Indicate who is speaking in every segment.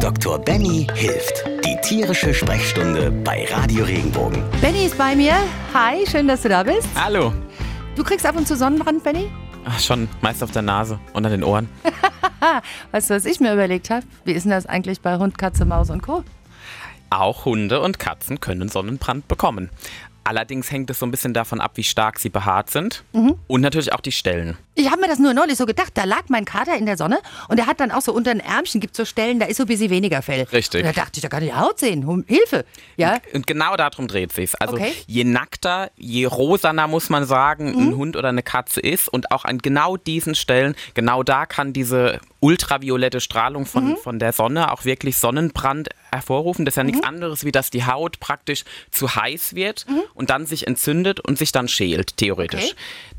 Speaker 1: Dr. Benny hilft. Die tierische Sprechstunde bei Radio Regenbogen.
Speaker 2: Benny ist bei mir. Hi, schön, dass du da bist.
Speaker 3: Hallo.
Speaker 2: Du kriegst ab und zu Sonnenbrand, Benny?
Speaker 3: Ach, schon meist auf der Nase und an den Ohren.
Speaker 2: Weißt du, was ich mir überlegt habe? Wie ist denn das eigentlich bei Hund, Katze, Maus und Co?
Speaker 3: Auch Hunde und Katzen können Sonnenbrand bekommen. Allerdings hängt es so ein bisschen davon ab, wie stark sie behaart sind und natürlich auch die Stellen.
Speaker 2: Ich habe mir das nur neulich so gedacht. Da lag mein Kater in der Sonne und er hat dann auch so unter den Ärmchen, gibt so Stellen, da ist so ein bisschen weniger Fell.
Speaker 3: Richtig.
Speaker 2: Und da dachte ich, da kann ich Haut sehen. Hum- Hilfe. Ja?
Speaker 3: Und genau darum dreht sich's. Also
Speaker 2: Okay.
Speaker 3: je nackter, je rosaner muss man sagen,
Speaker 2: Mhm.
Speaker 3: ein Hund oder eine Katze ist und auch an genau diesen Stellen, genau da kann diese ultraviolette Strahlung
Speaker 2: Mhm.
Speaker 3: von, von der Sonne auch wirklich Sonnenbrand hervorrufen. Das ist ja nichts
Speaker 2: Mhm.
Speaker 3: anderes, wie dass die Haut praktisch zu heiß wird und dann sich entzündet und sich dann schält, theoretisch.
Speaker 2: Okay.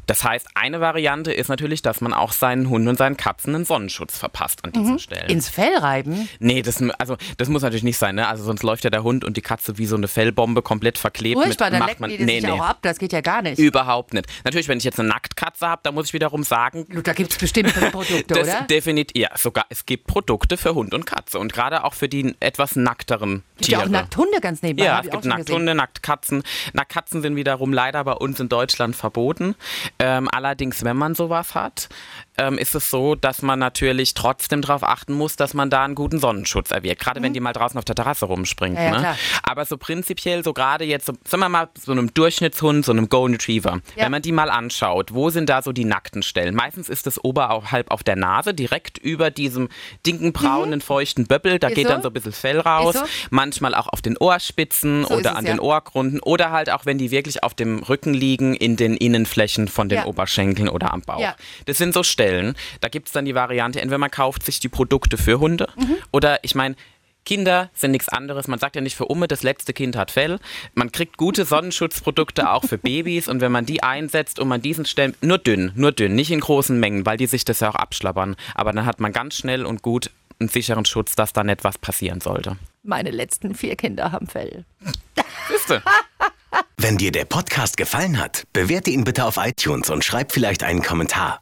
Speaker 3: Das heißt, eine Variante ist natürlich, dass man auch seinen Hunden und seinen Katzen einen Sonnenschutz verpasst an
Speaker 2: Mhm.
Speaker 3: diesen Stellen.
Speaker 2: Ins Fell reiben?
Speaker 3: Nee, das, mu- also, das muss natürlich nicht sein, ne? Also sonst läuft ja der Hund und die Katze wie so eine Fellbombe komplett verklebt.
Speaker 2: Furchtbar,
Speaker 3: mit,
Speaker 2: dann
Speaker 3: macht
Speaker 2: lecken
Speaker 3: man,
Speaker 2: die das
Speaker 3: nee,
Speaker 2: sich
Speaker 3: nee,
Speaker 2: auch ab. Das geht ja gar nicht.
Speaker 3: überhaupt nicht. Natürlich, wenn ich jetzt eine Nacktkatze habe, dann muss ich wiederum sagen,
Speaker 2: Du, Da gibt es bestimmte Produkte,
Speaker 3: das
Speaker 2: oder?
Speaker 3: definitiv, ja, sogar, es gibt Produkte für Hund und Katze und gerade auch für die etwas nackteren
Speaker 2: Gibt ja
Speaker 3: Tiere.
Speaker 2: auch Nackthunde ganz nebenbei.
Speaker 3: Ja,
Speaker 2: hab
Speaker 3: es
Speaker 2: ich auch
Speaker 3: gibt
Speaker 2: schon gesehen.
Speaker 3: Nackthunde, Nacktkatzen. Nacktkatzen sind wiederum leider bei uns in Deutschland verboten. Ähm, allerdings, wenn man sowas hat, ähm, ist es so, dass man natürlich trotzdem darauf achten muss, dass man da einen guten Sonnenschutz erwirkt. Gerade wenn die mal draußen auf der Terrasse rumspringt.
Speaker 2: Mhm. Ja, ja,
Speaker 3: ne?
Speaker 2: klar.
Speaker 3: Aber so prinzipiell, so gerade jetzt, so, sagen wir mal, so einem Durchschnittshund, so einem Golden Retriever,
Speaker 2: Ja.
Speaker 3: wenn man die mal anschaut, wo sind da so die nackten Stellen? Meistens ist das oberhalb auf der Nase, direkt über diesem dicken, braunen, feuchten Böppel. Da
Speaker 2: Mhm. Ist
Speaker 3: geht
Speaker 2: so.
Speaker 3: dann so ein bisschen Fell raus.
Speaker 2: so.
Speaker 3: Manchmal auch auf den Ohrspitzen
Speaker 2: So ist
Speaker 3: oder
Speaker 2: es,
Speaker 3: an
Speaker 2: ja.
Speaker 3: den Ohrgrunden oder halt auch, wenn die wirklich auf dem Rücken liegen, in den Innenflächen von den
Speaker 2: Ja.
Speaker 3: Oberschenkeln oder am Bauch.
Speaker 2: Ja.
Speaker 3: Das sind so Stellen. Da gibt es dann die Variante, entweder man kauft sich die Produkte für Hunde oder ich meine, Kinder sind nichts anderes. Man sagt ja nicht für Umme, das letzte Kind hat Fell. Man kriegt gute Sonnenschutzprodukte auch für Babys und wenn man die einsetzt und man diesen Stellen, nur dünn, nur dünn, nicht in großen Mengen, weil die sich das ja auch abschlabbern. Aber dann hat man ganz schnell und gut einen sicheren Schutz, dass da nicht was passieren sollte.
Speaker 2: Meine letzten vier Kinder haben Fell.
Speaker 3: Siehste?
Speaker 1: Wenn dir der Podcast gefallen hat, bewerte ihn bitte auf iTunes und schreib vielleicht einen Kommentar.